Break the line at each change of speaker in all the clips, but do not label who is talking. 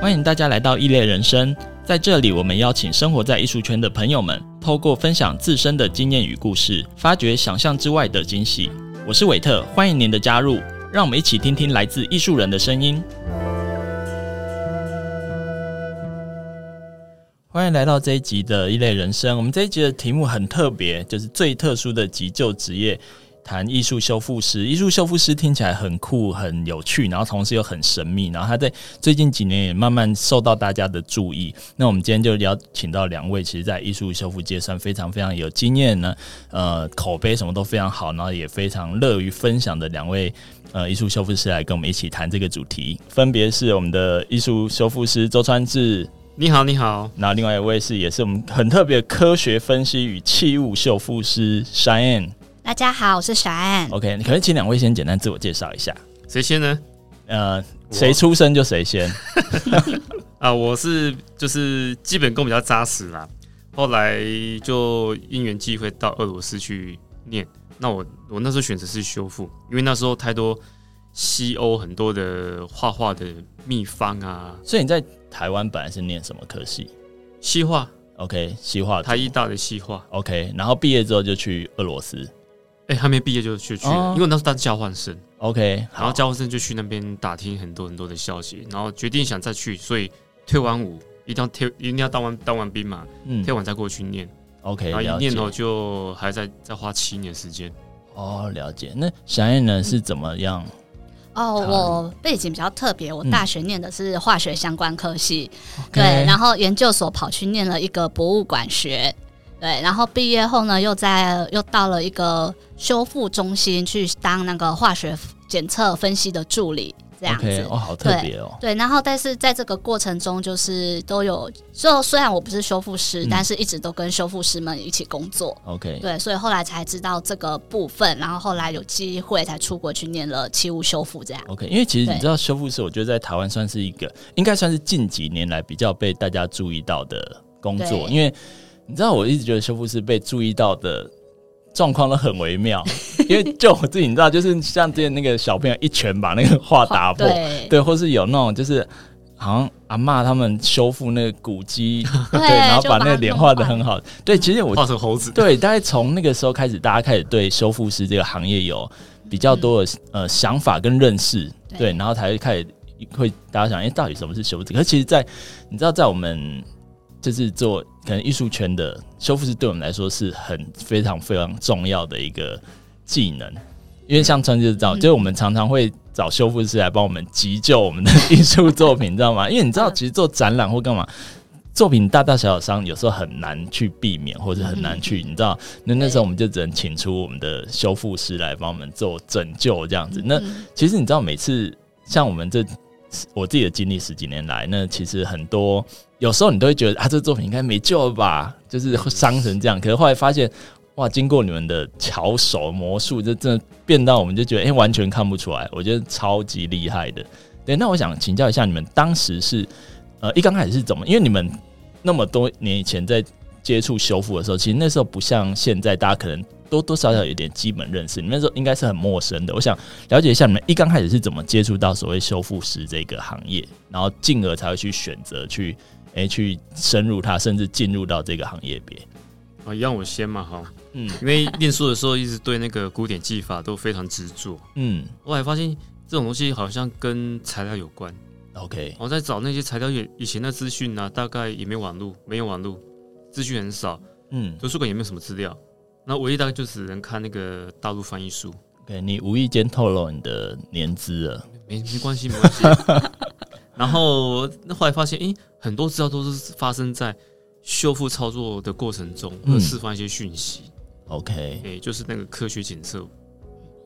欢迎大家来到异类人生，在这里我们邀请生活在艺术圈的朋友们，透过分享自身的经验与故事，发掘想象之外的惊喜。我是韦特，欢迎您的加入，让我们一起听听来自艺术人的声音。欢迎来到这一集的《一类人生》。我们这一集的题目很特别，就是最特殊的急救职业，谈艺术修复师。艺术修复师听起来很酷、很有趣，然后同时又很神秘。然后他在最近几年也慢慢受到大家的注意。那我们今天就邀请到两位，其实，在艺术修复界算非常非常有经验呢，呃，口碑什么都非常好，然后也非常乐于分享的两位呃艺术修复师来跟我们一起谈这个主题，分别是我们的艺术修复师周川志。
你好，你好，
那另外一位是也是我们很特别的科学分析与器物修复师 Shine。
大家好，我是小安。
OK，你可以请两位先简单自我介绍一下。
谁先呢？
呃，
我
谁出生就谁先。
啊，我是就是基本功比较扎实啦，后来就因缘际会到俄罗斯去念。那我我那时候选择是修复，因为那时候太多西欧很多的画画的秘方啊，
所以你在台湾本来是念什么科系
西画，
？OK，西画
台艺大的西画。
OK，然后毕业之后就去俄罗斯。
哎、还没毕业就就去了，
哦
因为我那时候当交换生，
OK，
然后
好，
交换生就去那边打听很多很多的消息，然后决定想再去，所以退完伍一定要退，一定要当完当完兵嘛，
嗯
退完再过去念。
，OK，
然后
了
一念头
解。
就还在再花七年时间。
哦，了解。那 Shine 呢是怎么样？
哦，
好
我背景比较特别，我
嗯
大学念的是化学相关科系，
OK
对，然后研究所跑去念了一个博物馆学，对，然后毕业后呢，又在又到了一个修复中心去当那个化学检测分析的助理，这样子。
OK，哦，好特别哦。
对，然后但是在这个过程中，就是都有，就虽然我不是修复师，
嗯
但是一直都跟修复师们一起工作。
OK，
对，所以后来才知道这个部分，然后后来有机会才出国去念了器物修复这样。
OK，因为其实你
对
知道修复师，我觉得在台湾算是一个，应该算是近几年来比较被大家注意到的工作，
对
因为你知道，我一直觉得修复师被注意到的。状况都很微妙，因为就我自己，你知道，就是像之前那个小朋友一拳把那个画打破，
对
对，或是有那种就是好像阿嬷他们修复那个古迹，
对
然后
就
把
把
那个
它
脸
弄
画的
坏
很好。对，其实我
画成猴子，
对，大概从那个时候开始，大家开始对修复师这个行业有比较多的、呃想法跟认识，
对
对，然后才会开始会大家想，哎、到底什么是修复师？可是其实在，你知道，在我们就是做可能艺术圈的修复师，对我们来说是很非常非常重要的一个技能，因为像川就是知道，就是我们常常会。找修复师来帮我们急救我们的艺术作品，你知道吗？因为你知道，其实做展览或干嘛，作品大大小小伤有时候很难去避免，或者很难去，你知道，那那时候我们就只能请出我们的修复师来帮我们做拯救这样子。那
嗯
其实你知道，每次像我们这我自己的经历十几年来，那其实很多有时候你都会觉得啊，这作品应该没救了吧，就是伤成这样。可是后来发现，哇，经过你们的巧手魔术，这真的变到我们就觉得，哎、完全看不出来，我觉得超级厉害的。对，那我想请教一下，你们当时是呃一刚开始是怎么？因为你们那么多年以前在接触修复的时候，其实那时候不像现在，大家可能多多少少有点基本认识，你们那时候应该是很陌生的。我想了解一下你们一刚开始是怎么接触到所谓修复师这个行业，然后进而才会去选择去诶、去深入它，甚至进入到这个行业别。
啊，让我先嘛哈，
嗯
因为念书的时候一直对那个古典技法都非常执着，
嗯
后来发现这种东西好像跟材料有关，
，OK，
我在找那些材料也以前的资讯呢，大概也没网络，没有网络，资讯很少，
嗯
图书馆也没有什么资料，那唯一大概就只能看那个大陆翻译书，
，OK，你无意间透露你的年资了。
没没关系，没关系。然后那后来发现，诶、很多资料都是发生在修复操作的过程中，
嗯
会释放一些讯息。
OK，
诶、就是那个科学检测，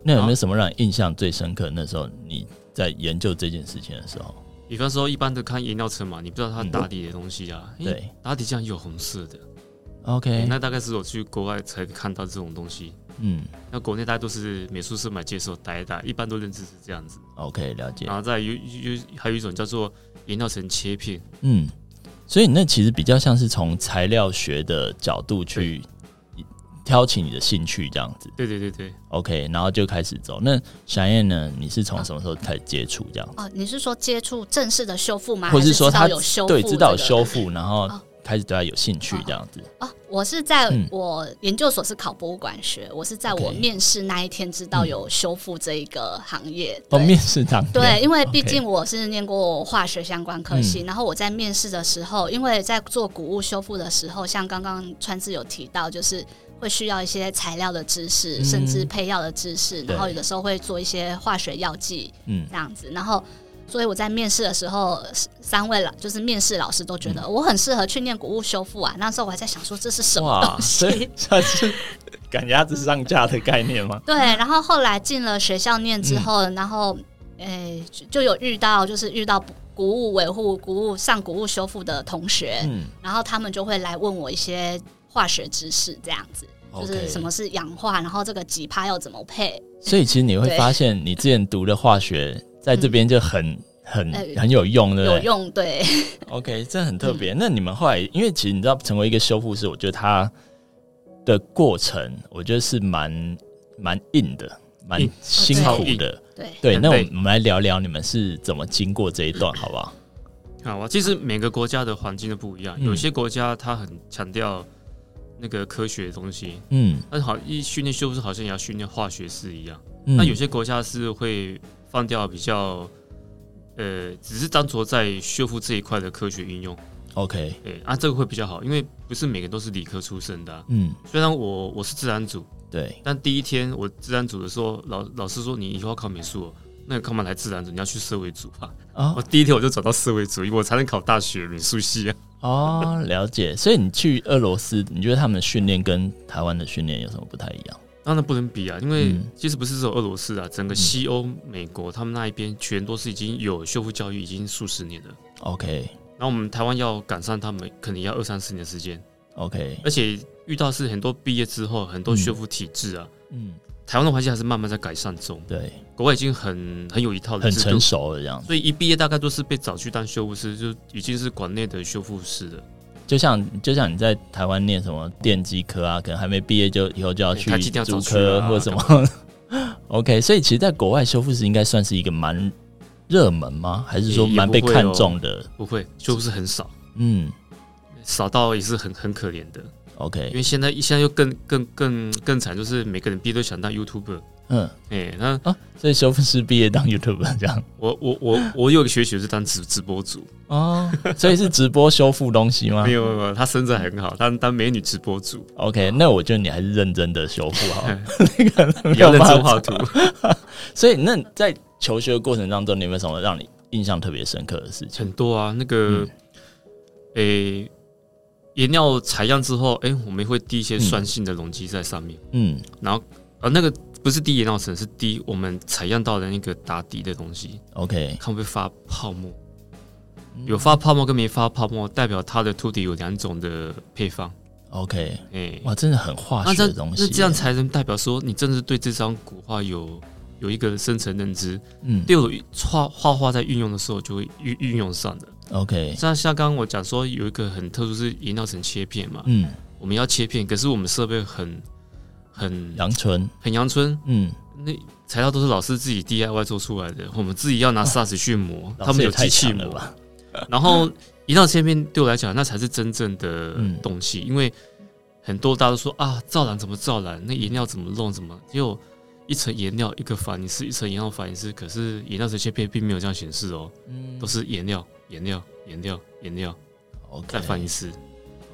那有没有什么让你印象最深刻？那时候你在研究这件事情的时候，
比方说一般的看颜料层嘛，你不知道它打底的东西啊，
嗯
诶
对
打底竟然有红色的，诶
，OK，
那大概是我去国外才看到这种东西。
嗯
那国内大家都是美术社买介绍打一打，一般都认知是这样子。
，OK，了解
然。后再有有有还有一种叫做颜料层切片，
嗯，所以那其实比较像是从材料学的角度去挑起你的兴趣这样子
对对对对，
，OK，然后就开始走。那小燕呢？你是从什么时候开始接触这样子？
哦，你是说接触正式的修复吗？
或
啊还
是
是
说
知
他
道有修复、
对知道有
这个
修复，然后
哦
开始对他有兴趣这样子？
哦，我是在
嗯
我研究所是考博物馆学，我是在我
OK 嗯
面试那一天知道有修复这一个行业。
哦，
对
面试当天
对，因为毕
OK
竟我是念过化学相关科系，然后我在面试的时候，因为在做古物修复的时候，像刚刚川志有提到，就是会需要一些材料的知识，
嗯
甚至配药的知识，
对
然后有的时候会做一些化学药剂
嗯
这样子，然后。所以我在面试的时候，三位老就是面试老师都觉得我很适合去念古物修复啊。那时候我还在想说这是什么
哇，
东西
所，以算是赶鸭子上架的概念吗？
对，然后后来进了学校念之后，
嗯
然后诶、就就有遇到，就是遇到古物维护、古物上古物修复的同学，
嗯，
然后他们就会来问我一些化学知识，这样子，就
哦 OK
是什么是氧化，然后这个几趴要怎么配，
所以其实你会
对
发现，你之前读的化学在这边就很 很
呃
很有用，对不
有
对
用对。
？OK，这很特
嗯
别。那你们后来，因为其实你知道，成为一个修复师，我觉得他的过程，我觉得是蛮蛮硬的，蛮
硬哦
辛
超
苦
硬
的。
对，
对，
很
那我
累
们我们来聊聊你们是怎么经过这一 段，好不好？
好啊。其实每个国家的环境都不一样，
嗯
有些国家它很强调那个科学的东西，
嗯，
但是好一训练修复师好像也要训练化学师一样。
那
那有些国家是会放掉比较，呃，只是单着在修复这一块的科学应用，
OK，
对啊，这个会比较好，因为不是每个都是理科出身的啊、
嗯，
虽然我我是自然组，
对，
但第一天我自然组的时候，老老师说你以后要考美术、哦，那你干嘛来自然组？你要去社会组啊！
哦
我第一天我就转到社会组，因为我才能考大学美术系啊。
哦，了解。所以你去俄罗斯，你觉得他们的训练跟台湾的训练有什么不太一样？
当然不能比啊，因为
嗯
其实不是只有俄罗斯啊，整个西欧、美国他们那一边全都是已经有修复教育已经数十年了。
OK
然后我们台湾要赶上他们，可能要二三十年时间，
OK，
而且遇到是很多毕业之后很多
嗯
修复体制啊，
嗯，
台湾的环境还是慢慢在改善中，
对，
国外已经很很有一套的
很
制
成
度，
熟的这样子。
所以一毕业大概都是被找去当修复师，就已经是馆内的修复师了，
就像就像你在台湾念什么电机科啊，可能还没毕业就以后就要
对
去
台积电要
主
走去
科
啊
或什么。OK，所以其实，在国外修复师应该算是一个蛮热门吗？还是说
也也
蛮被
不会
看
哦
重的？
不会修复师很少，
嗯
少到也是很很可怜的，因
，OK，
为现在现在又更更更更惨，就是每个人毕业都想当 YouTuber，
嗯
哎、那
啊，所以修复师毕业当 YouTuber 这样
我我我我有个学姐是当直直播主，
哦， 所以是直播修复东西吗
没有没有没有，她身材很好，当当美女直 播主，
？OK，那我觉得你还是认真的修复好了，
比较认真画图。
所以那在求学的过程当中，你有没有什么让你印象特别深刻的事情
很？多啊，那
嗯
个，诶、颜料采样之后，诶、哎我们会滴一些酸性的溶剂在上面，
嗯，
然后呃，那个不是滴颜料层，是滴我们采样到的那个打底的东西，
OK，
看会不会发泡沫。
嗯
有发泡沫跟没发泡沫，代表它的凸底有两种的配方。哎
OK，
诶、
哇，真的很化
那
学
这
的东西
那
耶。
啊这样才能代表说你真的是对这张古画有有一个深层认知。
嗯
对我画画画在运用的时候就会运运用上的。
，OK，
像像刚刚我讲说有一个很特殊是颜料层切片嘛，
嗯，
我们要切片，可是我们设备很很
阳春，
很阳春，
嗯，
那材料都是老师自己 DIY 做出来的，我们自己要拿砂纸去磨，
老
他
师
们
也
有
太
机器啊
强了
磨。
吧？
然后一道切片对我来讲，那才是真正的
嗯
东西，因为很多大家都说啊，造染怎么造染，那颜料怎么弄，怎么就一层颜料一个反应是一层颜料反应是，可是颜料层切片并没有这样显示哦，
嗯
都是颜料颜料颜料颜料再
OK，
反应是。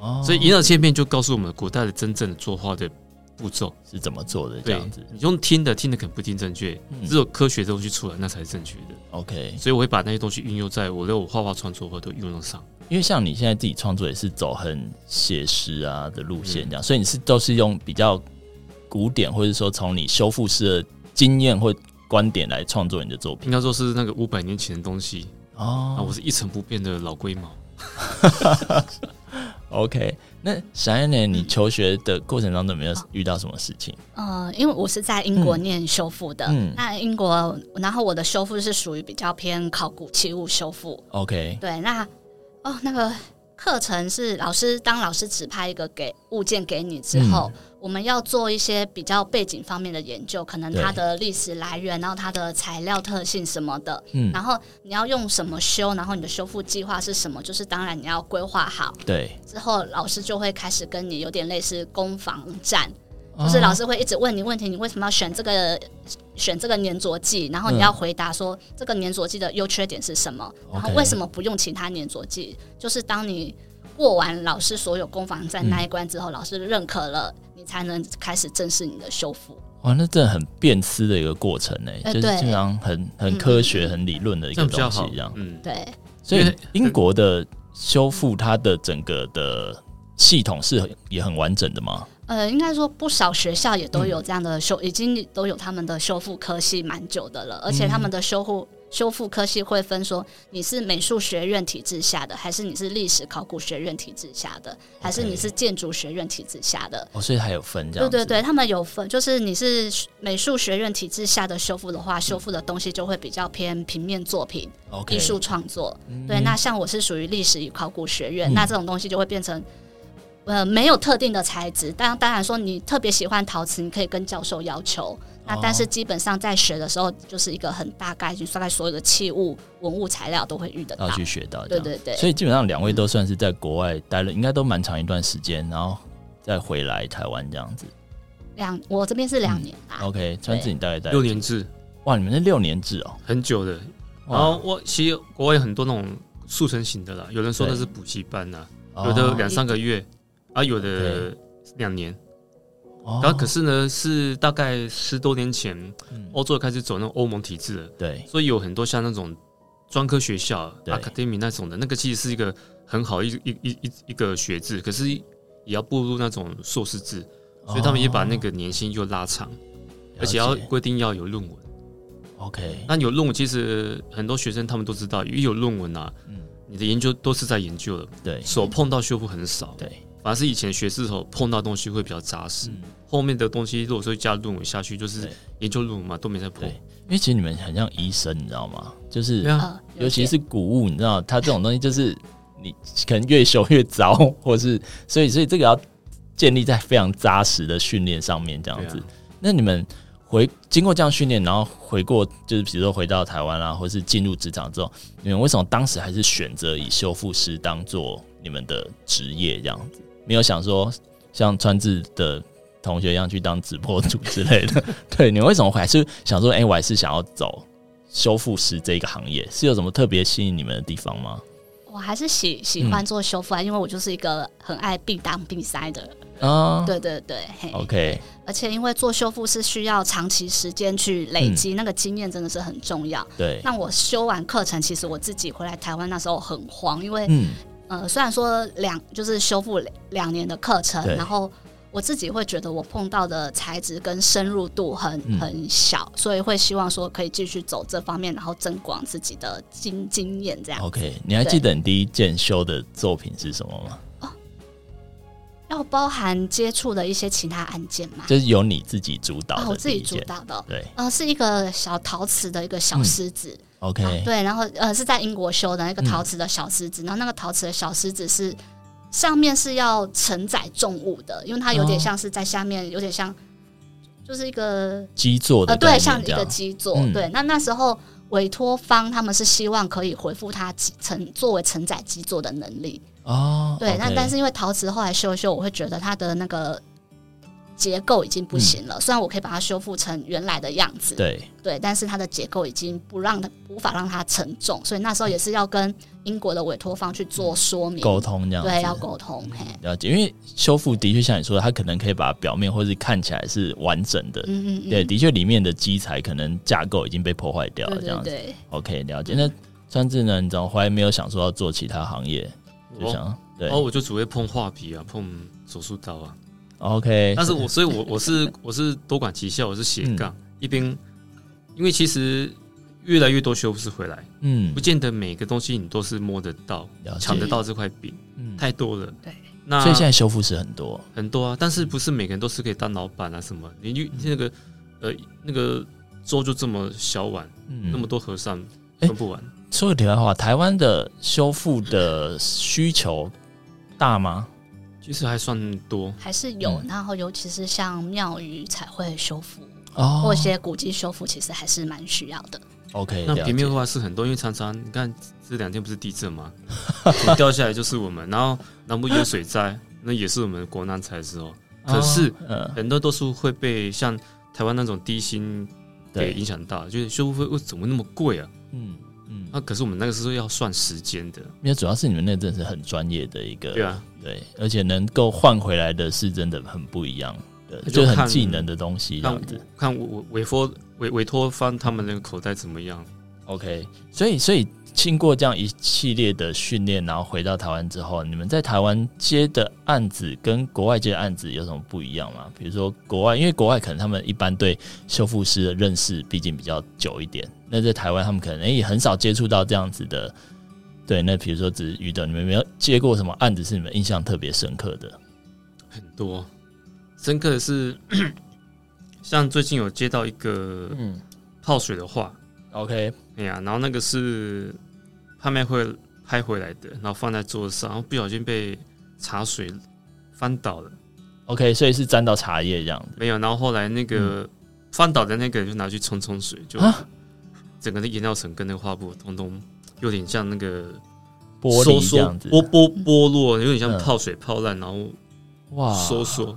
哦，
所以银耳切片就告诉我们古代的真正的作画的步骤。
是怎么做的这
对
样子，
你用听的，听的可能不一定正确，
嗯
只有科学的东西出来，那才是正确的。
？OK，
所以我会把那些东西运用在我的我画画创作和都运用上。
因为像你现在自己创作也是走很写实啊的路
嗯
线，这样，所以你是都是用比较古典，或者说从你修复师的经验或观点来创作你的作品
应该说是那个五百年前的东西啊，
哦
我。是一成不变的老龟毛。
OK，那小燕呢？你求学的过程当中有没有遇到什么事情？
呃，因为我是在英国念修复的，
嗯
那英国，然后我的修复是属于比较偏考古器物修复，
OK，
对，那哦，那个课程是老师当老师指派一个给物件给你之后，我们要做一些比较背景方面的研究，可能它的历史来源，然后它的材料特性什么的，
嗯
然后你要用什么修，然后你的修复计划是什么，就是当然你要规划好。
对，
之后老师就会开始跟你有点类似攻防战，就是
哦
老师会一直问你问题，你为什么要选这个选这个粘着剂？然后你要回答说这个粘着剂的优缺点是什么，然后
OK
为什么不用其他粘着剂？就是当你过完老师所有攻防战那一关之后，老师认可了，你才能开始正式你的修复。
哇，那真的很辨思的一个过程呢、
哎
就是
对嗯
基本上很很科学、很理论的一
这
个
样比较
东西
好
这样。。
嗯，
对，
所
因
以
为
英国的修复它的整个的系统是很也很完整的嘛。
呃，应该说不少学校也
嗯
都有这样的修，已经都有他们的修复科系蛮久的了，而且
嗯
他们的修护。修复科系会分说你是美术学院体制下的，还是你是历史考古学院体制下的，还是你是建筑学院体制下的？
哦，所以还有分这
对
样子。
对对，他们有分，就是你是美术学院体制下的修复的话，修复的东西就会比较偏平面作品、
，OK，
艺术创作。对，那像我是属于历史与考古学院，
嗯
那这种东西就会变成。呃，没有特定的材质，当当然说你特别喜欢陶瓷，你可以跟教授要求。那
哦
但是基本上在学的时候，就是一个很大概，就大概所有的器物、文物材料都会遇得到
要。去学到这
对
样。
对对，
所以基本上两位都算是在国外待了，应该都蛮长一段时间，然后再回来台湾这样子。
两我这边是
嗯
两年啦。
OK，川子你大概待
六年制
哇，你们是六年制哦。
很久的。
哇
然后我其实国外有很多那种速成型的啦，有人说那是补习班呐，哦
哦
有的两三个月，啊，有的两年。
哦，
然后可是呢，是大概十多年前，
嗯
欧洲开始走那种欧盟体制了，
对
所以有很多像那种专科学校、
对
academy 那种的，那个其实是一个很好一一一一一个学制，可是也要步入那种硕士制，所以他们也把那个年薪就拉长，而且要
哦了解
规定要有论文。
OK，
那有论文，其实很多学生他们都知道，一有论文啊，
嗯
你的研究都是在研究了，
对
手碰到修复很少，
对，
反而是以前学士后碰到东西会比较扎实，
嗯
后面的东西如果说加论文下去，就是
对
研究论文嘛，都没在碰
对。因为其实你们很像医生，你知道吗？就是
对啊，
呃，有
尤其
点
是谷物，你知道，它这种东西就是你可能越修越糟，或是所以所以这个要建立在非常扎实的训练上面，这样子。
对啊
那你们回经过这样训练，然后回过就是比如说回到台湾啦、或是进入职场之后，你们为什么当时还是选择以修复师当做你们的职业这样子？没有想说像川智的同学一样去当直播主之类的？ 对，你们为什么还是想说，哎、我还是想要走修复师这个行业是有什么特别吸引你们的地方吗？
我还是喜喜
嗯
欢做修复啊，因为我就是一个很爱必当必塞的人。
啊
对对对，嘿。
，OK，
而且因为做修复是需要长期时间去累积，那个经验真的是很重要。
嗯对，
那我修完课程，其实我自己回来台湾那时候很慌，因为、
嗯，
呃，虽然说两就是修复两两年的课程
对，
然后我自己会觉得我碰到的材质跟深入度很、
嗯
很小，所以会希望说可以继续走这方面，然后增广自己的经经验这样。
，OK，你还记得你第一件修的作品是什么吗？
要包含接触的一些其他案件嘛？
就是由你自己主导
啊，
的
我自
第
己
一
主
件，
导的。
对
呃，是一个小陶瓷的一个小
嗯
狮子，
，OK，
啊对，然后呃是在英国修的那个
嗯
陶瓷的小狮子，然后那个陶瓷的小狮子是上面是要承载重物的，因为它有点
哦
像是在下面，有点像就是一个
基座的
呃
概
对，
念
像一
这样
个基座。
嗯
对，那那时候委托方他们是希望可以回复它基承作为承载基座的能力。
哦，
对，
OK
那但是因为陶瓷后来修一修，我会觉得它的那个。结构已经不行了，虽然我可以把它修复成原来的样子，
对
对，但是它的结构已经不让它无法让它承重，所以那时候也是要跟英国的委托方去做说明，
沟通这样子，
对，要沟通，嘿，
了解，因为修复的确像你说的，它可能可以把表面或是看起来是完整的，
嗯嗯
对，
嗯，
的确里面的基材可能架构已经被破坏掉了，
对
这
对
样子
对，
，OK，了解。那川智呢，你怎么后来没有想说要做其他行业？就
哦，
想对、
哦，我就只会碰画笔啊，碰手术刀啊。
o k
但是我所以我，我是 我是多管齐下，我是斜杠、
嗯
一边，因为其实越来越多修复师回来，
嗯
不见得每个东西你都是摸得到、
了解
抢得到这块饼，
嗯
太多了。
对，
那
所以现在修复师很多，
很多啊，但是不是每个人都是可以当老板啊什么？你
嗯
你那个呃那个粥就这么小碗，
嗯，
那么多和尚
哎
分不完。
说个题外话，台湾的修复的需求大吗？
其实还算多。
还是有。
嗯
然后尤其是像庙宇彩绘修复，
哦
或一些古迹修复，其实还是蛮需要的。
OK，
那
哎了
平面
解
绘画是很多，因为常常你看这两天不是地 震吗？土掉下来就是我们，然后南部也有水灾， 那也是我们国难财的时候，可是
哦嗯，
很多都是会被像台湾那种低薪给
对，
影响到，就是修复费为怎么那么贵啊？
嗯嗯，
那、可是我们那个时候要算时间的，
因为主要是你们那阵是很专业的一个，
对啊，
对，而且能够换回来的是真的很不一样的，
那
就
就是
很
看
技能的东西这
看
样子。
看委委托委委托方他们那个口袋怎么样？
OK，所以所以经过这样一系列的训练，然后回到台湾之后，你们在台湾接的案子跟国外接的案子有什么不一样吗？比如说国外，因为国外可能他们一般对修复师的认识毕竟比较久一点，那在台湾他们可能诶也很少接触到这样子的。对，那比如说只是遇到你们有没有接过什么案子是你们印象特别深刻的？
很多，深刻的是， 像最近有接到一个
嗯
泡水的画，
，OK，
哎呀，然后那个是拍卖会拍回来的，然后放在桌子上，然后不小心被茶水翻倒了，
OK，所以是沾到茶叶这样子
没有，然后后来那个、翻倒的那个人就拿去冲冲水，就
嗯啊
整个的颜料层跟那个画布通通有点像那个
玻
收
璃这
缩
样子，
剥剥剥落，有点像
嗯
泡水泡烂，然后
哇
收缩。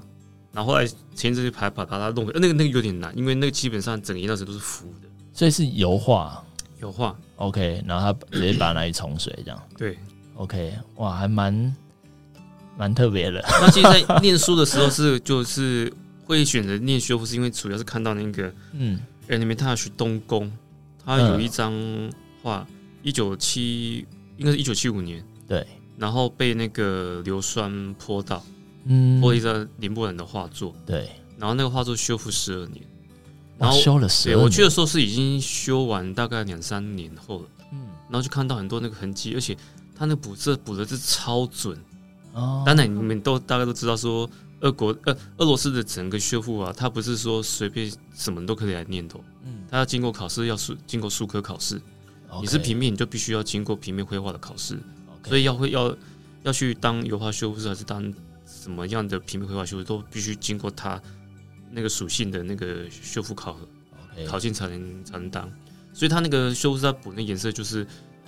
然后后来前一阵子排把把它弄回，呃那个那个有点难，因为那个基本上整个颜料层都是浮的，
所以是油画
有画
，OK，然后他直接把它拿去冲水这样。
对。
OK，哇，还蛮蛮特别的。
那其实，在念书的时候是就是会选择念修复，是因为主要是看到那个
嗯，
a n i m e t a s h 东宫，他有一张画，一九七应该是一九七五年，
对，
然后被那个硫酸泼到，
嗯
泼了一张林波兰的画作，
对，
然后那个画作修复十二年，
然
然后
后修了十
对
二年，
我去的时候是已经修完大概两三年后了，
嗯，
然后就看到很多那个痕迹，而且他那补色补的是超准。
哦，
当然，你们都大概都知道说，俄国呃俄罗斯的整个修复啊，它不是说随便什么都可以来念头，
嗯
它要经过考试，要数经过数科考试。
，OK，
你是平面，你就必须要经过平面绘画的考试，
OK，
所以要会要要去当油画修复师，还是当什么样的平面绘画修复，都必须经过它那个属性的那个修复考核。考
OK，
进才能才能当。所以他那个修饰他补那颜色，就是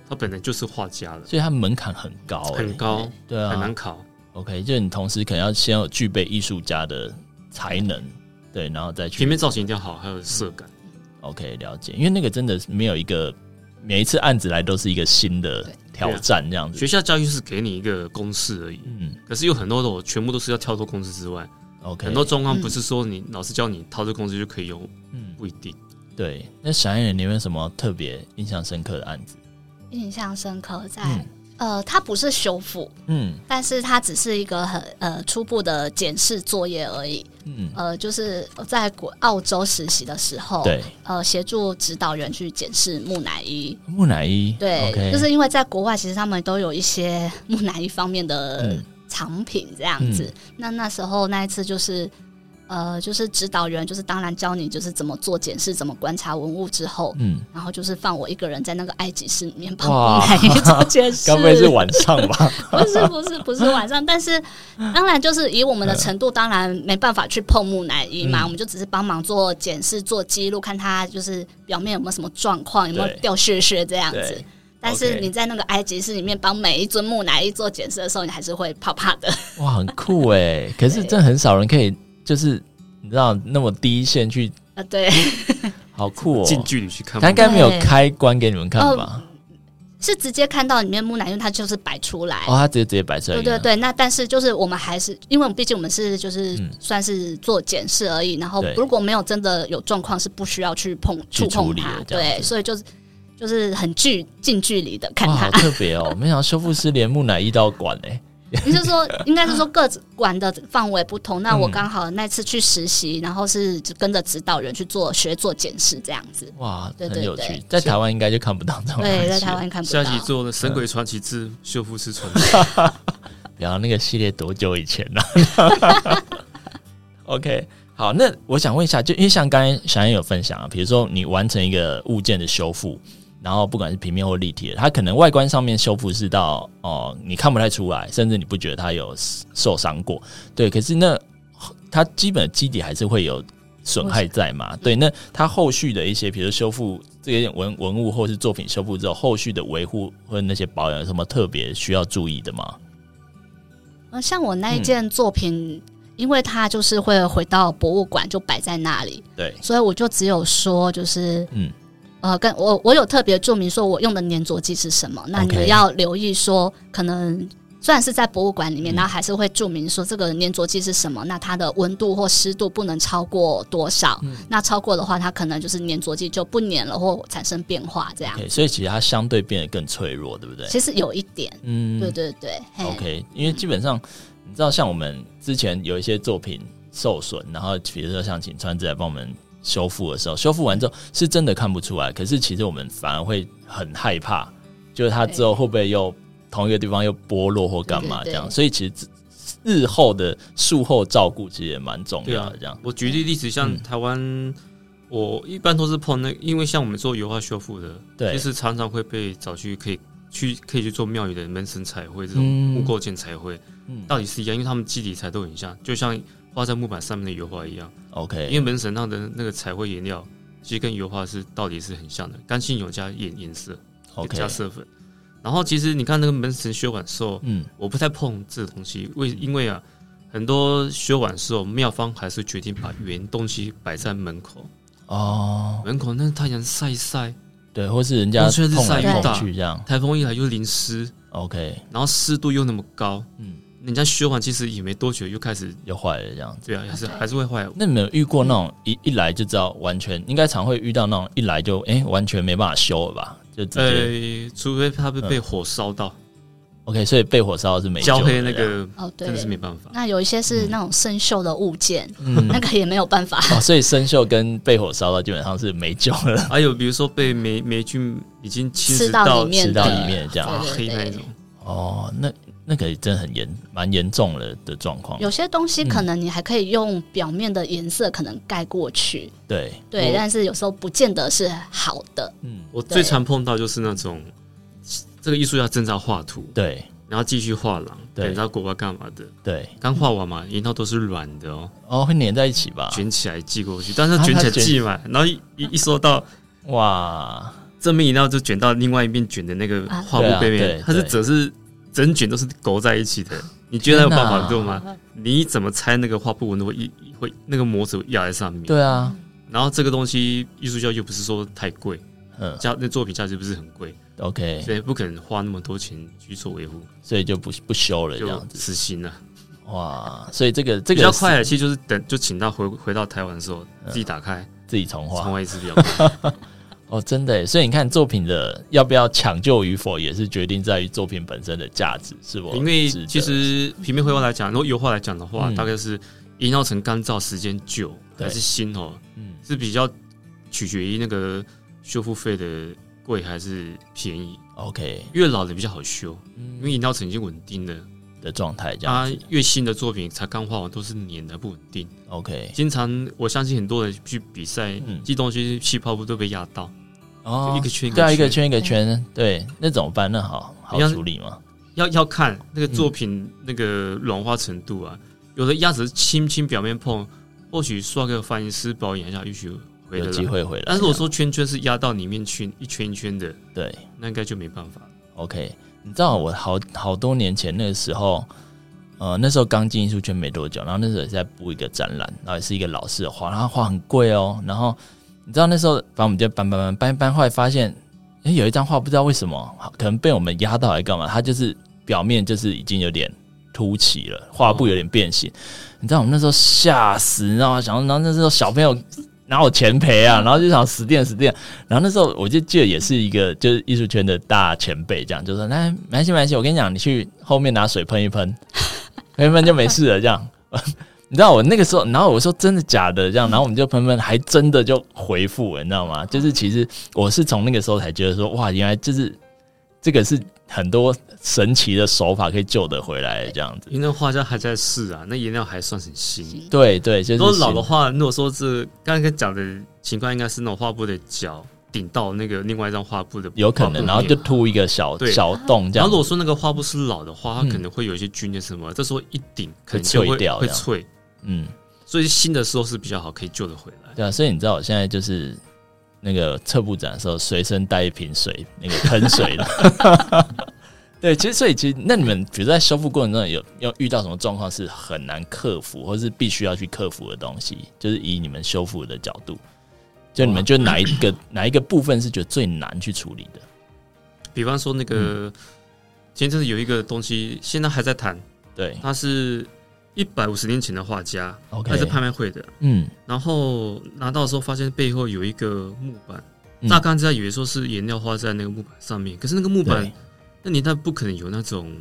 他本来就是画家了，
所以它门槛很高、欸，
很高，
对啊，
很难考。
OK，就是你同时可能要先有具备艺术家的才能，对，然后再去
平面造型一定要好，还有色感。
OK，了解，因为那个真的是没有一个每一次案子来都是一个新的
对
挑战这样子
学。校教育是给你一个公式而已，
嗯
可是有很多的我全部都是要跳脱公式之外，
，OK，
很多状况
嗯
不是说你老师教你套这公式就可以用，
嗯，
不一定。
对。那小演员，你有没有什么特别印象深刻的案子？
印象深刻在、
嗯
呃，它不是修复，
嗯
但是它只是一个很呃初步的检视作业而已。
嗯，
呃，就是在国澳洲实习的时候，
对，
呃，协助指导员去检视木乃伊。
木乃伊，
对
o k
就是因为在国外，其实他们都有一些木乃伊方面的
嗯
藏品这样子。那那时候那一次就是，呃，就是指导员就是当然教你就是怎么做检视，怎么观察文物之后，
嗯，
然后就是放我一个人在那个埃及室里面帮
哇
木乃伊做 检视。
该不会是晚上吧？
不是不是不是晚上，但是当然就是以我们的程度，当然没办法去碰木乃伊嘛，
嗯
我们就只是帮忙做检视、做记录，看它就是表面有没有什么状况，有没有
对
掉屑屑这样子
对。
但是
OK
你在那个埃及室里面帮每一尊木乃伊做检视的时候，你还是会怕怕的。
哇，很酷哎！可是真的很少人可以，就是你知道那么第一线去，
呃，对，
好酷哦！
近距离去看，
他应该没有开关给你们看
对
吧？
是直接看到里面木乃伊，它就是摆出来。
哦，他直接直接摆出来
对
给你
对
看，
对，那但是就是我们还是，因为我们毕竟我们是就是
嗯
算是做检视而已，然后
对
如果没有真的有状况，是不需要去碰
去
触
处
碰
理
它
的，这样
对，
子
所以就是就是很距近距离的看
哇，
它
好。特别哦！没想到修复师连木乃伊都要管哎，
也就是说，应该是说各自管的范围不同。那我
嗯
刚好那次去实习，然后是就跟着指导员去做学做检视这样子。
哇，
对
很
对
有
对
趣，在台湾应该就看不到这种东西。
对，在台湾看不
下
到。
集做的《神鬼传奇之修复师传奇》
然后那个系列多久以 前了、o k 好，那我想问一下，就因为像刚才小燕有分享啊，比如说你完成一个物件的修复，然后不管是平面或立体的，它可能外观上面修复是到哦、你看不太出来，甚至你不觉得它有受伤过，对。可是那它基本的基底还是会有损害在嘛？对，那它后续的一些，比如修复这些文文物或是作品修复之后，后续的维护或者那些保养有什么特别需要注意的吗？
呃，像我那一
嗯
件作品，因为它就是会回到博物馆就摆在那里，
对，
所以我就只有说就是
嗯，
呃，跟我我有特别注明说我用的粘着剂是什么，那你
OK
们要留意说，可能虽然是在博物馆里面，
嗯
然后还是会注明说这个粘着剂是什么，那它的温度或湿度不能超过多少，
嗯
那超过的话，它可能就是粘着剂就不粘了或产生变化这样。
OK，所以其实它相对变得更脆弱，对不对？
其实有一点，
嗯，
对对对，嘿
OK，因为基本上你知道，像我们之前有一些作品受损，然后比如说像请川子来帮我们修复的时候，修复完之后是真的看不出来，可是其实我们反而会很害怕，就是它之后会不会又同一个地方又剥落或干嘛这
对对对
样，所以其实日后的术后照顾其实也蛮重要的，这样。
我举例例子，像
嗯
台湾，我一般都是碰那，因为像我们做油画修复的，
对
其实常常会被找去可以去可以去做庙宇的门神彩绘这种
嗯
木构件彩绘，
嗯
道理是一样，因为他们基底材都很像，就像画在木板上面的油画一样，因为
，OK，
门神那的那个彩绘颜料其实跟油画是道理是很像的，干性油加颜颜色
OK，
加色粉，然后其实你看那个门神修碗兽，
嗯，
我不太碰这东西，为因为啊，很多修完之后，妙方还是决定把原东西摆在门口，
哦，
门口那太阳晒一晒，
对，或是人家
我觉得日
碰来
晒
雨
碰
大
去这样
台风一来又淋湿，
，OK，
然后湿度又那么高，
嗯
嗯，人家修完其实也没多久又开始，
又坏了这样。
对啊，还是
对
还是会坏。
那你们有遇过那种一一来就知道完全应该常会遇到那种一来就哎、诶完全没办法修了吧？就直接、
呃，除非它被被火烧到，
OK，所以被火烧是没
焦
救
黑
的
那
这样，
个
哦对
真的是没办法。
那有一些是那种生锈的物件，
嗯，
那个也没有办法。
哦，所以生锈跟被火烧到基本上是没救了，
还有比如说被霉霉菌已经侵
吃
蚀
到
到
里面
吃
面
到
的
里面这
发
样。
黑那一种，
哦，那那个真的很严，蛮严重了的状况。
有些东西可
嗯
能你还可以用表面的颜色可能盖过去，
对，
对，
我
但是有时候不见得是好的。
嗯，
我
对
最常碰到就是那种这个艺术家正在画图，
对
然后继续画廊，
对
对，你知道国外啊干嘛的？
对，
刚画完嘛，颜料都是软的哦，
哦，会粘在一起吧？
卷起来寄过去，但是
啊
卷起
它
来
卷
寄嘛，然后一一一收到
哇，
正面颜料就卷到另外一面卷的那个
啊
画布
对啊
背
对
面，它是
对
整是整卷都是勾在一起的。你觉得有办法
天
做吗？你怎么拆那个画布纹路会一会那个模子会压在上面？
对啊，
然后这个东西艺术家又不是说太贵，
嗯
价那作品价值不是很贵，
，OK，
所以不可能花那么多钱去做维护，
所以就不不修了这
就
样子。
死心了。啊
哇，所以这个这
比
个
较
是
快的，其实就是等就请他回回到台湾的时候自己打开
自己重画
重。画一次比较快。
哦，真的耶，所以你看作品的要不要抢救与否，也是决定在于作品本身的价值是否值得。
因为其实平面绘画来讲，如果油画来讲的话，
嗯
大概是营造成干燥时间久
对
还是新哦，
嗯
是比较取决于那个修复费的贵还是便宜。
，OK
越老的比较好修，
嗯
因为营啊造成已经稳定了。
的状态这样
它
子、
越新的作品才刚画完都是黏的不稳定，
o k
经常我相信很多人去比赛
嗯，
寄东西气泡布都被压到，
哦
就一个圈一个
对啊，一个
圈
圈一个圈，对，那怎么办？那好好
你要
处理吗？
要要看
嗯
那个作品那个软化程度啊，有的鸭子轻轻表面碰，或许刷个翻译师保养一下，也许回
有
得
机
来。
会回来。
但是如果说圈圈是压到里面去一圈一圈的，
这样对
那应该就没办法。
，OK，你知道我好好多年前那个时候。呃，那时候刚进艺术圈没多久，然后那时候也是在布一个展览，然后也是一个老师的画，然后画很贵哦。然后你知道那时候，把我们就搬搬搬搬一搬，后来发现，诶、有一张画不知道为什么，可能被我们压到还干嘛，它就是表面就是已经有点凸起了，画布有点变形。你知道我们那时候吓死，你知道吗？想，然后那时候小朋友哪有钱赔啊？然后就想死定了死定了。然后那时候我就记得也是一个就是艺术圈的大前辈这样，就说：“来，没关系没关系，我跟你讲，你去后面拿水喷一喷，喷一喷就没事了。”这样。你知道我那个时候，然后我说真的假的这样，然后我们就喷喷，还真的就回复了，你知道吗？就是其实我是从那个时候才觉得说，哇，原来就是这个是很多神奇的手法可以救得回来的这样子。
因为那画家还在试啊，那颜料还算很新。
对对，就是
如果老
新
的话，如果说这刚才讲的情况，应该是那种画布的角顶到那个另外一张画布的，
有可能，然后就凸一个小
哦对
小洞这
然
样
后如。果说那个画布是老的话，它
嗯
可能会有一些菌的什么，这时候一顶可能就
会
会
脆掉
会
这样
脆，
嗯，
所以新的时候是比较好，可以救得回来。
对啊，所以你知道我现在就是那个测布展的时候，随身带一瓶水，那个喷水的。 对，其实所以其实那你们比如在修复过程中有有遇到什么状况是很难克服，或是必须要去克服的东西，就是以你们修复的角度，就你
哦啊
们就哪一个哪一个部分是觉得最难去处理的？
比方说那个，前阵子有一个东西，现在还在谈，
对
他是一百五十年前的画家，
，OK，
他啊是拍卖会的，
嗯，
然后拿到的时候发现背后有一个木板，
嗯
大概在以为说是颜料画在那个木板上面，可是那个木板
对
那年代不可能有那种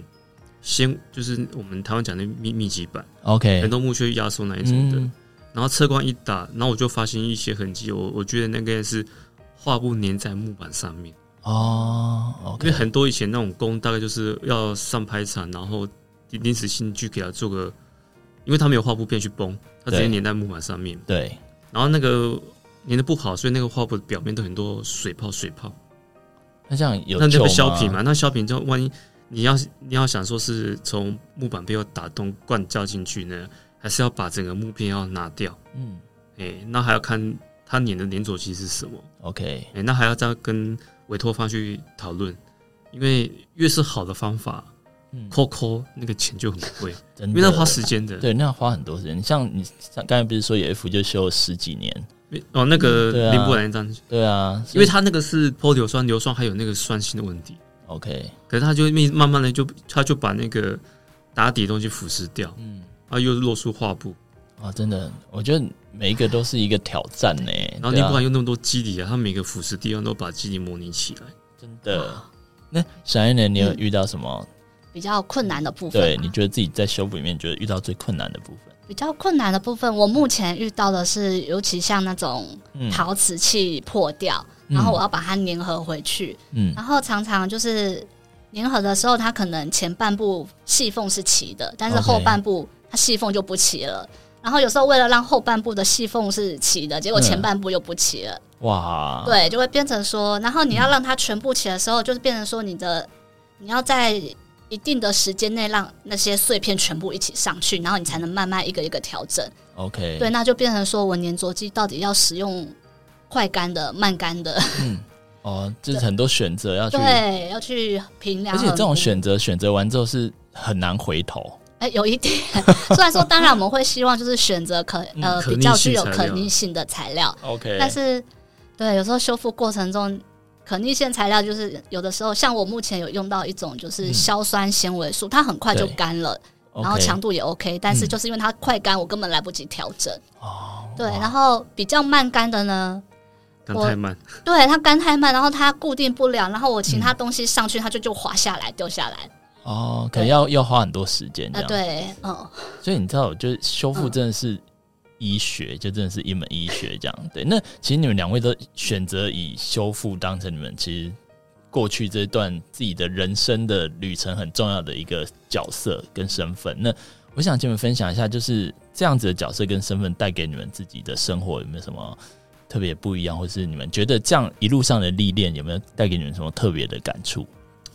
纤，就是我们台湾讲的密密集板，
OK，
很多木屑压缩那一种的，
嗯，
然后测光一打，然后我就发现一些痕迹，我我觉得那个是画布粘在木板上面。
哦
因为
，OK，
很多以前那种工大概就是要上拍场，然后临时性去给它做个，因为它没有画布片去崩，它直接
对
粘在木板上面，
对，
然后那个粘的不好，所以那个画布表面都很多水泡水泡，
那这样有
那就
救
被削平
吗？
嘛，那削平之后万一你要你要想说是从木板背后打洞灌胶进去呢，还是要把整个木片要拿掉？
嗯
哎、那还要看它粘的粘着剂是什么。
，OK，
哎、那还要再跟委托方去讨论，因为越是好的方法，
嗯，
扣扣那个钱就很贵，
真
因
的
为那花时间的。
对，那要花很多时间。像你像刚才不是说有 F 就修了十几年？
哦，那
嗯对啊
个林波兰那张，
对啊，
因为它那个是泼硫酸，硫酸还有那个酸性的问题，
OK，
可是它就慢慢慢的就它就把那个打底的东西腐蚀掉，
嗯，
啊，又落出画布，
啊，真的，我觉得每一个都是一个挑战呢、
然后
对
林
啊
波兰用那么多基底啊，它每个腐蚀地方都把基底模拟起来。
真的。啊那小燕呢？你有遇到什
嗯
么？
比较困难的部分嘛。
对，你觉得自己在修补里面，你觉得遇到最困难的部分？
比较困难的部分，我目前遇到的是，尤其像那种
嗯
陶瓷器破掉，然后我要把它粘合回去，
嗯
然后常常就是粘合的时候，它可能前半部细缝是齐的，但是
OK
后半部它细缝就不齐了。然后有时候为了让后半部的细缝是齐的，结果
嗯
前半部又不齐了，
啊
哇，
对，就会变成说，然后你要让它全部齐的时候，就是变成说你的你要在一定的时间内让那些碎片全部一起上去，然后你才能慢慢一个一个调整。
嗯
，OK，
对，那就变成说我粘着剂到底要使用快干的、慢干的，
哦，就是很多选择
嗯
要去，而
对，要去评量。
且这种，选择选择完之后是很难回头。
哎、有一点。 虽然说，当然我们会希望就是选择可呃
嗯可
比
逆
较
性
具有
材
可
料
逆性的材料，
OK，
但是对，有时候修复过程中。可逆性材料就是有的时候，像我目前有用到一种就是
嗯
硝酸纤维素，它很快就
对
干了，
OK
然后强度也 OK，但是
嗯
就是因为它快干，我根本来不及调整。
哦，
对，
哇
然后比较慢干的呢，
干
我
太慢，
对，它干太慢，然后它固定不了，然后我其
嗯
他东西上去，它就就滑下来掉下来。
哦，可能要要花很多时间这
啊，
样。
对，嗯，
所以你知道，就是修复
嗯
真的是医学，就真的是一门医学这样。对，那其实你们两位都选择以修复当成你们其实过去这段自己的人生的旅程很重要的一个角色跟身份。那我想请你们分享一下，就是这样子的角色跟身份带给你们自己的生活有没有什么特别不一样，或是你们觉得这样一路上的历练有没有带给你们什么特别的感触？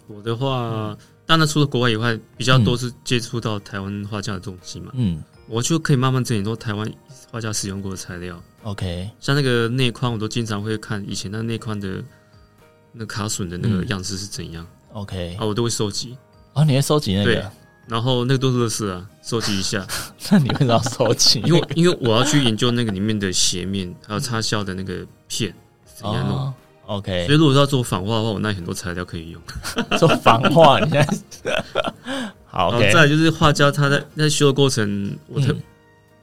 我的话，当然除了国外以外，比较多是接触到台湾画家的东西嘛，
嗯
我就可以慢慢整理很多台湾画家使用过的材料。
，OK，
像那个内框，我都经常会看以前那内框的那卡榫的那个样式是怎样、
OK，
啊，我都会收集。
哦，你会收集那
对
个？
然后那个都是乐事啊，收集一下，
那你为什么要收集那
因
个？
为因为我要去研究那个里面的斜面，还有插销的那个片怎样弄。
哦、
所
OK，
以如果要做仿画的话，我那里很多材料可以用。
做防化，你现在好
然后再
OK，
来就是画家他在在修的过程，我特、
嗯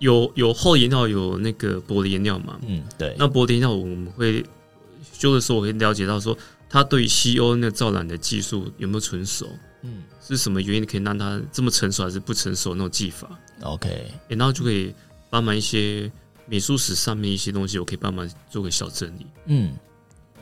有有厚颜料，有那个玻璃颜料嘛。
嗯，对，
那玻璃颜料我们会修的时候，我会了解到说他对于西欧那个造染的技术有没有纯熟。
嗯
是什么原因可以让它这么成熟还是不成熟那种技法，
OK，
诶然后就可以帮忙一些美术史上面一些东西，我可以帮忙做个小整理。
嗯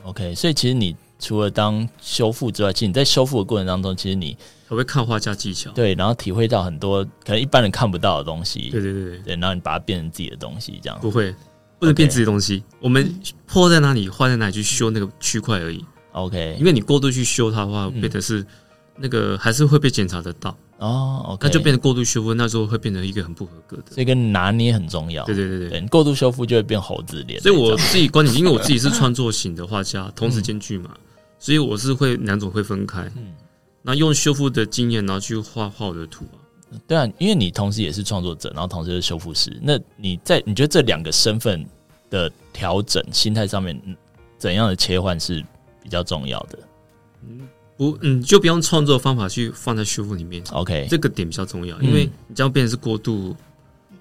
OK，所以其实你除了当修复之外，其实你在修复的过程当中，其实你
还会看画家技巧，
对，然后体会到很多可能一般人看不到的东西，
对对对对，
对，然后你把它变成自己的东西，这样
不会，不能变
OK
自己的东西。我们破在哪里，坏在哪里去修那个区块而已。因
，OK，
为你过度去修它的话，
嗯
变得是那个还是会被检查得到，
哦，OK，
那就变得过度修复，那时候会变成一个很不合格的。
所以跟拿捏很重要。
对对对对。
对，你过度修复就会变猴子脸那
所
种。
以我自己观点，因为我自己是创作型 的画家，同时兼具嘛，所以我是会两种会分开。
嗯
那用修复的经验，然后去画画我的图啊。
对啊，因为你同时也是创作者，然后同时是修复师，那你在你觉得这两个身份的调整、心态上面，嗯怎样的切换是比较重要的
不，嗯，就不用创作方法去放在修复里面，
？OK，
这个点比较重要，
嗯
因为你这样变成是过度。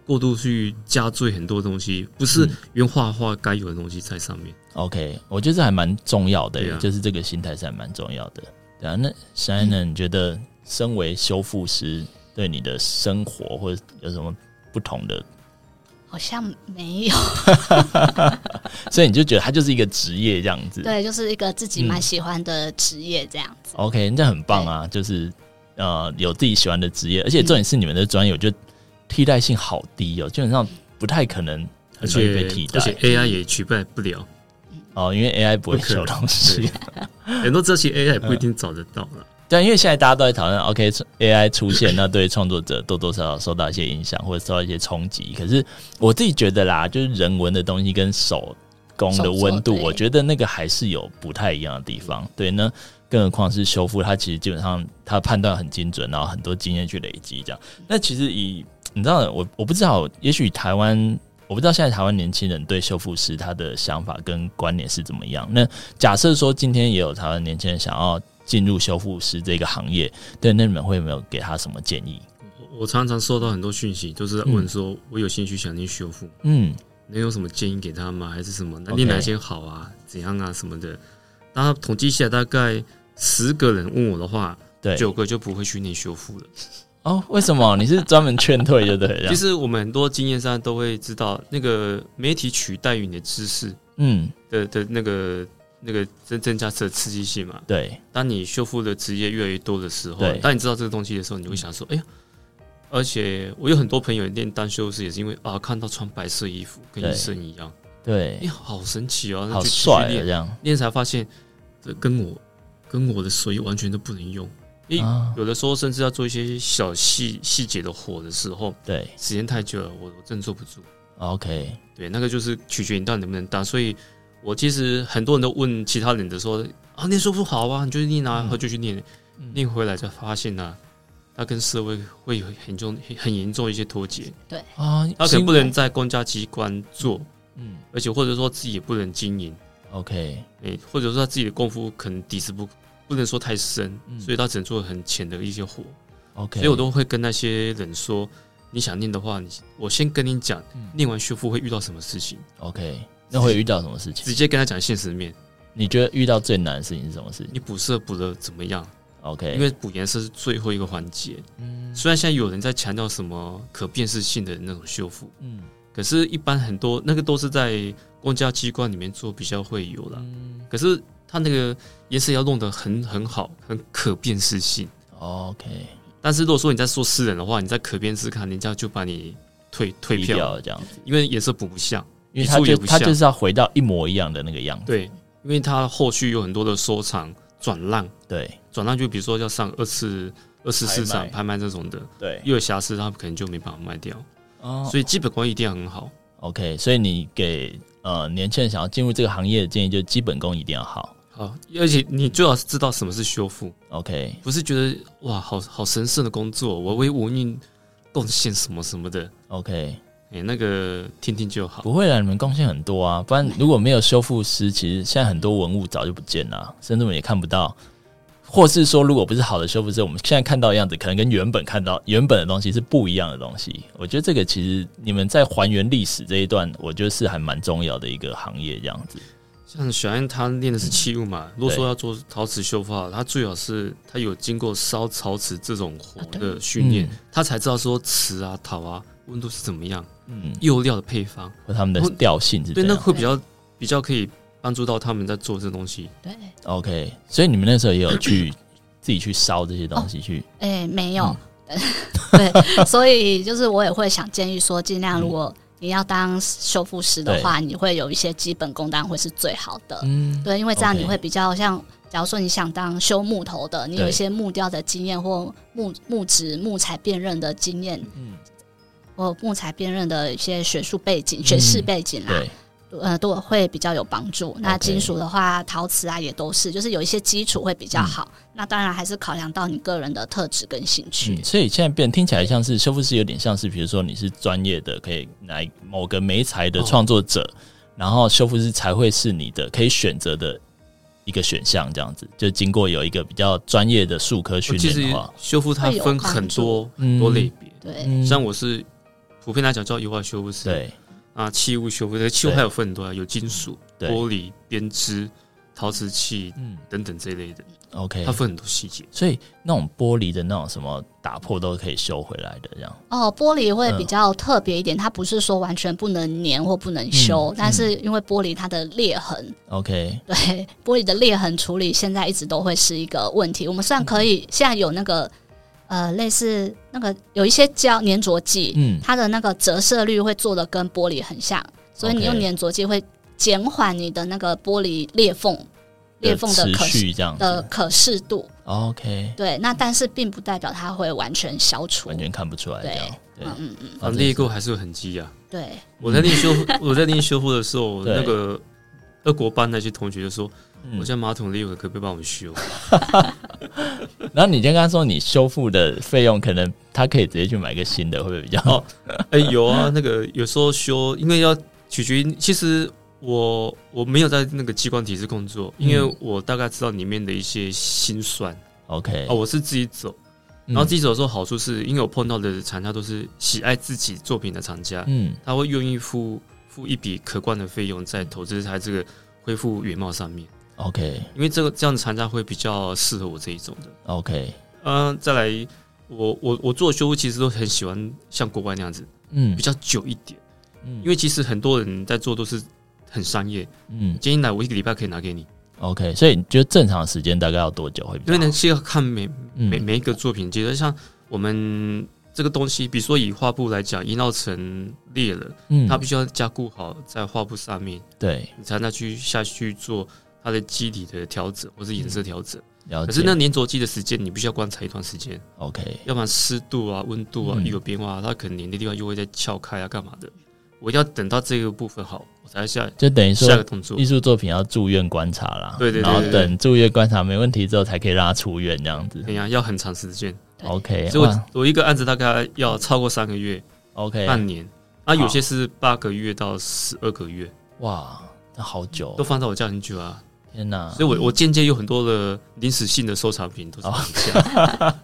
过度去加罪很多东西，不是
嗯
原画画该有的东西在上面。
OK，我觉得这还蛮重要的耶、
对啊
就是这个心态是还蛮重要的。对啊，那
嗯
Shannon，、你觉得身为修复师对你的生活或者有什么不同的？
好像没 有，
所以你就觉得它就是一个职业这样子。
对，就是一个自己蛮
嗯
喜欢的职业这样子。
，OK，那很棒啊，就是呃有自己喜欢的职业，而且重点是你们的专业，我觉得替代性好低哦，基本上不太可能
而
很容易
且
被替代嗯
而且 AI 也取代 不了，
哦，因为 AI 不会
不可
修
能
东西
对。很多这些 AI 也不一
嗯
定找得到了。
对，因为现在大家都在讨论，OK，出 AI 出现，那对创作者多多少少受到一些影响，或者受到一些冲击。可是我自己觉得啦，就是人文的东西跟手工的温
手
度，
作对
我觉得那个还是有不太一样的地方。对，那更何况是修复，它其实基本上它判断很精准，然后很多经验去累积这样。那其实以你知道，我我不知道，也许台湾。我不知道现在台湾年轻人对修复师他的想法跟观念是怎么样。那假设说今天也有台湾年轻人想要进入修复师这个行业，对，那你们会有没有给他什么建议？
我我常常收到很多讯息，都是在问说，我有兴趣想去修复，
嗯，
能有什么建议给他吗？还是什么？那
OK
练哪些好啊？怎样啊？什么的？那统计下来大概十个人问我的话，
对。
九个就不会去念修复了。
哦，为什么你是专门劝退就对了？
其实我们很多经验上都会知道，那个媒体取代于你的知识
嗯，
的的那个那个增增加的刺激性嘛。
对，
当你修复的职业越来越多的时候
对，
当你知道这个东西的时候，你会想说：“哎呀！”而且我有很多朋友练当修饰，也是因为啊，看到穿白色衣服跟医生一样，哎
对，
呀，好神奇哦！那
好
就继续
帅啊，
练
这样
练才发现，这跟我跟我的手艺完全都不能用。因为
啊，
有的时候甚至要做一些小细细节的活的时候，
对
时间太久了，我我真的坐不住。
，OK，
对，那个就是取决于你到底能不能当。所以我其实很多人都问其他人的说啊，念书不好啊，你就念啊，然后就去念，念回来才发现啊，他跟社会会有很重很严重一些脱节，
啊，
他可
是
能不能在公家机关做，
嗯
而且或者说自己也不能经营，
，OK，
诶、或者说他自己的功夫可能底子不不能说太深，
嗯
所以他只能做很浅的一些活。
OK，
所以我都会跟那些人说，你想念的话，你我先跟你讲，
嗯
念完修复会遇到什么事情，
OK，那会遇到什么事情
直？接跟他讲现实面。
你觉得遇到最难的事情是什么事情
你补色补的怎么样？
？OK，
因为补颜色是最后一个环节。
嗯
虽然现在有人在强调什么可辨识性的那种修复，
嗯
可是，一般很多那个都是在公家机关里面做比较会有啦。
嗯
可是它那个颜色要弄得很很好，很可辨识性。
，OK，
但是如果说你在做私人的话，你在可辨识看，人家就把你退退
低
票，
调这样子，
因为颜色补不像。
因为他
一处
就
也不
他
像
就是要回到一模一样的那个样子，
对，因为它后续有很多的收藏、转让、
对
转让，就比如说要上二次二次市
拍
场
卖
拍卖这种的。
对，
又有瑕疵，他们可能就没办法卖掉，
哦
所以基本功一定要很好。
OK，所以你给呃年轻人想要进入这个行业的建议，就是基本功一定要好。
好，而且你最好是知道什么是修复，
OK，
不是觉得哇，好好神圣的工作，我为文运贡献什么什么的，
OK，
哎、那个听听就好。
不会啦，你们贡献很多啊，不然如果没有修复师，其实现在很多文物早就不见了啊，甚至我们也看不到。或是说，如果不是好的修复师，我们现在看到的样子，可能跟原本看到原本的东西是不一样的东西。我觉得这个其实你们在还原历史这一段，我觉得是还蛮重要的一个行业这样子。
像小安他练的是器物
嗯
嘛，如果说要做陶瓷修复啊，他最好是他有经过烧陶瓷这种活
啊对
的训练，
嗯
他才知道说瓷啊、陶啊温度是怎么样，
嗯，啊
釉料的配方，
或他们的调性是这
对，那
样。
会比较比较可以帮助到他们在做这东西。
对，
OK，所以你们那时候也有去自己去烧这些东西去。嗯
哎、没有，对，所以就是我也会想建议说，尽量如果你要当修复师的话，你会有一些基本功，当然会是最好的。
嗯，
对，因为这样
OK
你会比较像，假如说你想当修木头的，你有
对
一些木雕的经验或木木质木材辨认的经验，
嗯
或木材辨认的一些学术背
嗯
景、学士背景啦，
对，
呃，都会比较有帮助。那
OK
金属的话，陶瓷啊也都是，就是有一些基础会比
嗯
较好。那当然还是考量到你个人的特质跟兴趣。
嗯所以现在变听起来像是修复师，有点像是比如说你是专业的，可以来某个媒材的创作者，
哦
然后修复师才会是你的可以选择的一个选项，这样子。就经过有一个比较专业的术科训
其
练
实
的话，
修复它
会有
分
帮
很多
嗯
很多类别，
对，
嗯
像我是普遍来讲叫油画修复师，
对
啊，器物修复师，器物
对
还有分很多啊，有金属、
对
玻璃、编织、陶瓷器
嗯
等等这一类的，
，OK
它。分很多细节。
所以那种玻璃的那种什么打破都可以修回来的，这样。
哦，玻璃会
嗯
比较特别一点，它不是说完全不能粘或不能修，
嗯
但是因为玻璃它的裂痕，
OK，
对玻璃的裂痕处理，现在一直都会是一个问题。我们
嗯
虽然可以、现在有那个呃类似那个有一些胶粘着剂，
嗯
它的那个折射率会做的跟玻璃很像，所以你
OK
用粘着剂会减缓你的那个玻璃裂缝裂缝的
持
可视
续这样
的
子。
可视度。
OK，
对，那但是并不代表它会完全消除。
完全看不出来这样。对，
嗯嗯嗯，
啊，
反正
裂垢还是有痕迹啊。
对。
我在练 修，我在练修复的时候，
对
那个俄国班那些同学就说：“
嗯
我家马桶裂了，可不可以帮 我修
然后你先跟他说，你修复的费用可能他可以直接去买个新的，会不会比较好？
哦？”哎、有啊，那个有时候修，因为要取决于，其实我我没有在那个机关体制工作，
嗯
因为我大概知道里面的一些辛酸
OK，
啊。我是自己走，
嗯
然后自己走的时候好处是，因为我碰到的厂家都是喜爱自己作品的厂家，
嗯
他会愿意付付一笔可观的费用在投资在这个恢复原貌上面。
，OK
因为这个这样的厂家会比较适合我这一种的。
OK，
嗯、再来，我我我做修复其实都很喜欢像国外那样子，
嗯
比较久一点，
嗯
因为其实很多人在做都是很商业。
嗯
今天来我一个礼拜可以拿给你，
OK，所以你觉得正常时间大概要多久会比
因
较
为
好？
呢是要看每
嗯
每每一个作品，其实像我们。这个东西，比如说以画布来讲，一闹成裂了，
嗯
它必须要加固好在画布上面，
对
你才能去下去做它的基底的调整或是颜色调整。
嗯了解，
可是那粘着剂的时间，你必须要观察一段时间，
OK
要不然湿度啊、温度啊
嗯
一有变化，它可能粘的地方又会再撬开啊，干嘛的？我一定要等到这个部分好，我才下
就等于说
下个动作
艺。术作品要住院观察啦，
对对对
然后
对对
等住院观察没问题之后才可以让他出院这样子
哎。呀，要很长时间，
对
OK，
所以
哎哇哎
我我一个案子大概要超过三个月、
OK，
半年，啊，有些是八个月到十二个月，
哦哇，那好久哦
都，放在我家很久啊。
天哪
所以我我间接有很多的临时性的收藏品都是
哦
这样。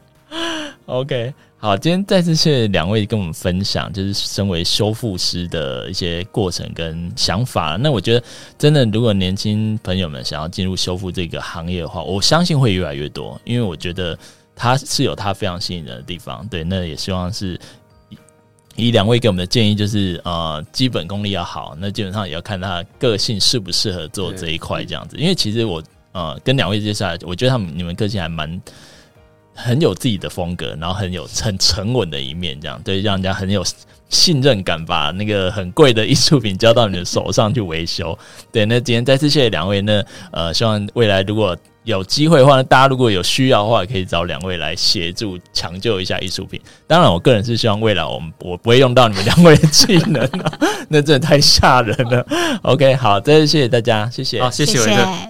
！OK，好，今天再次谢谢两位跟我们分享，就是身为修复师的一些过程跟想法。那我觉得真的，如果年轻朋友们想要进入修复这个行业的话，我相信会越来越多，因为我觉得它是有它非常吸引人的地方。对，那也希望是以以两位给我们的建议就是，呃，基本功力要好，那基本上也要看他个性适不适合做这一块这样子。因为其实我呃跟两位接下来，我觉得他们你们个性还蛮。很有自己的风格，然后很有很沉稳的一面，这样对，让人家很有信任感，把那个很贵的艺术品交到你的手上去维修。对，那今天再次谢谢两位。那呃，希望未来如果有机会的话，大家如果有需要的话，可以找两位来协助抢救一下艺术品。当然，我个人是希望未来我们我不会用到你们两位的技能、啊， 那真的太吓人了。OK，好，再次谢谢大家，谢哦谢。
好，谢谢
谢
我的。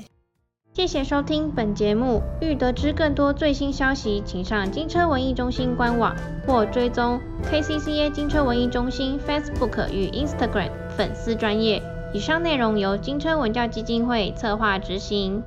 谢谢收听本节目。欲得知更多最新消息，请上金车文艺中心官网或追踪 KCCA 金车文艺中心 Facebook 与 Instagram 粉丝专业。以上内容由金车文教基金会策划执行。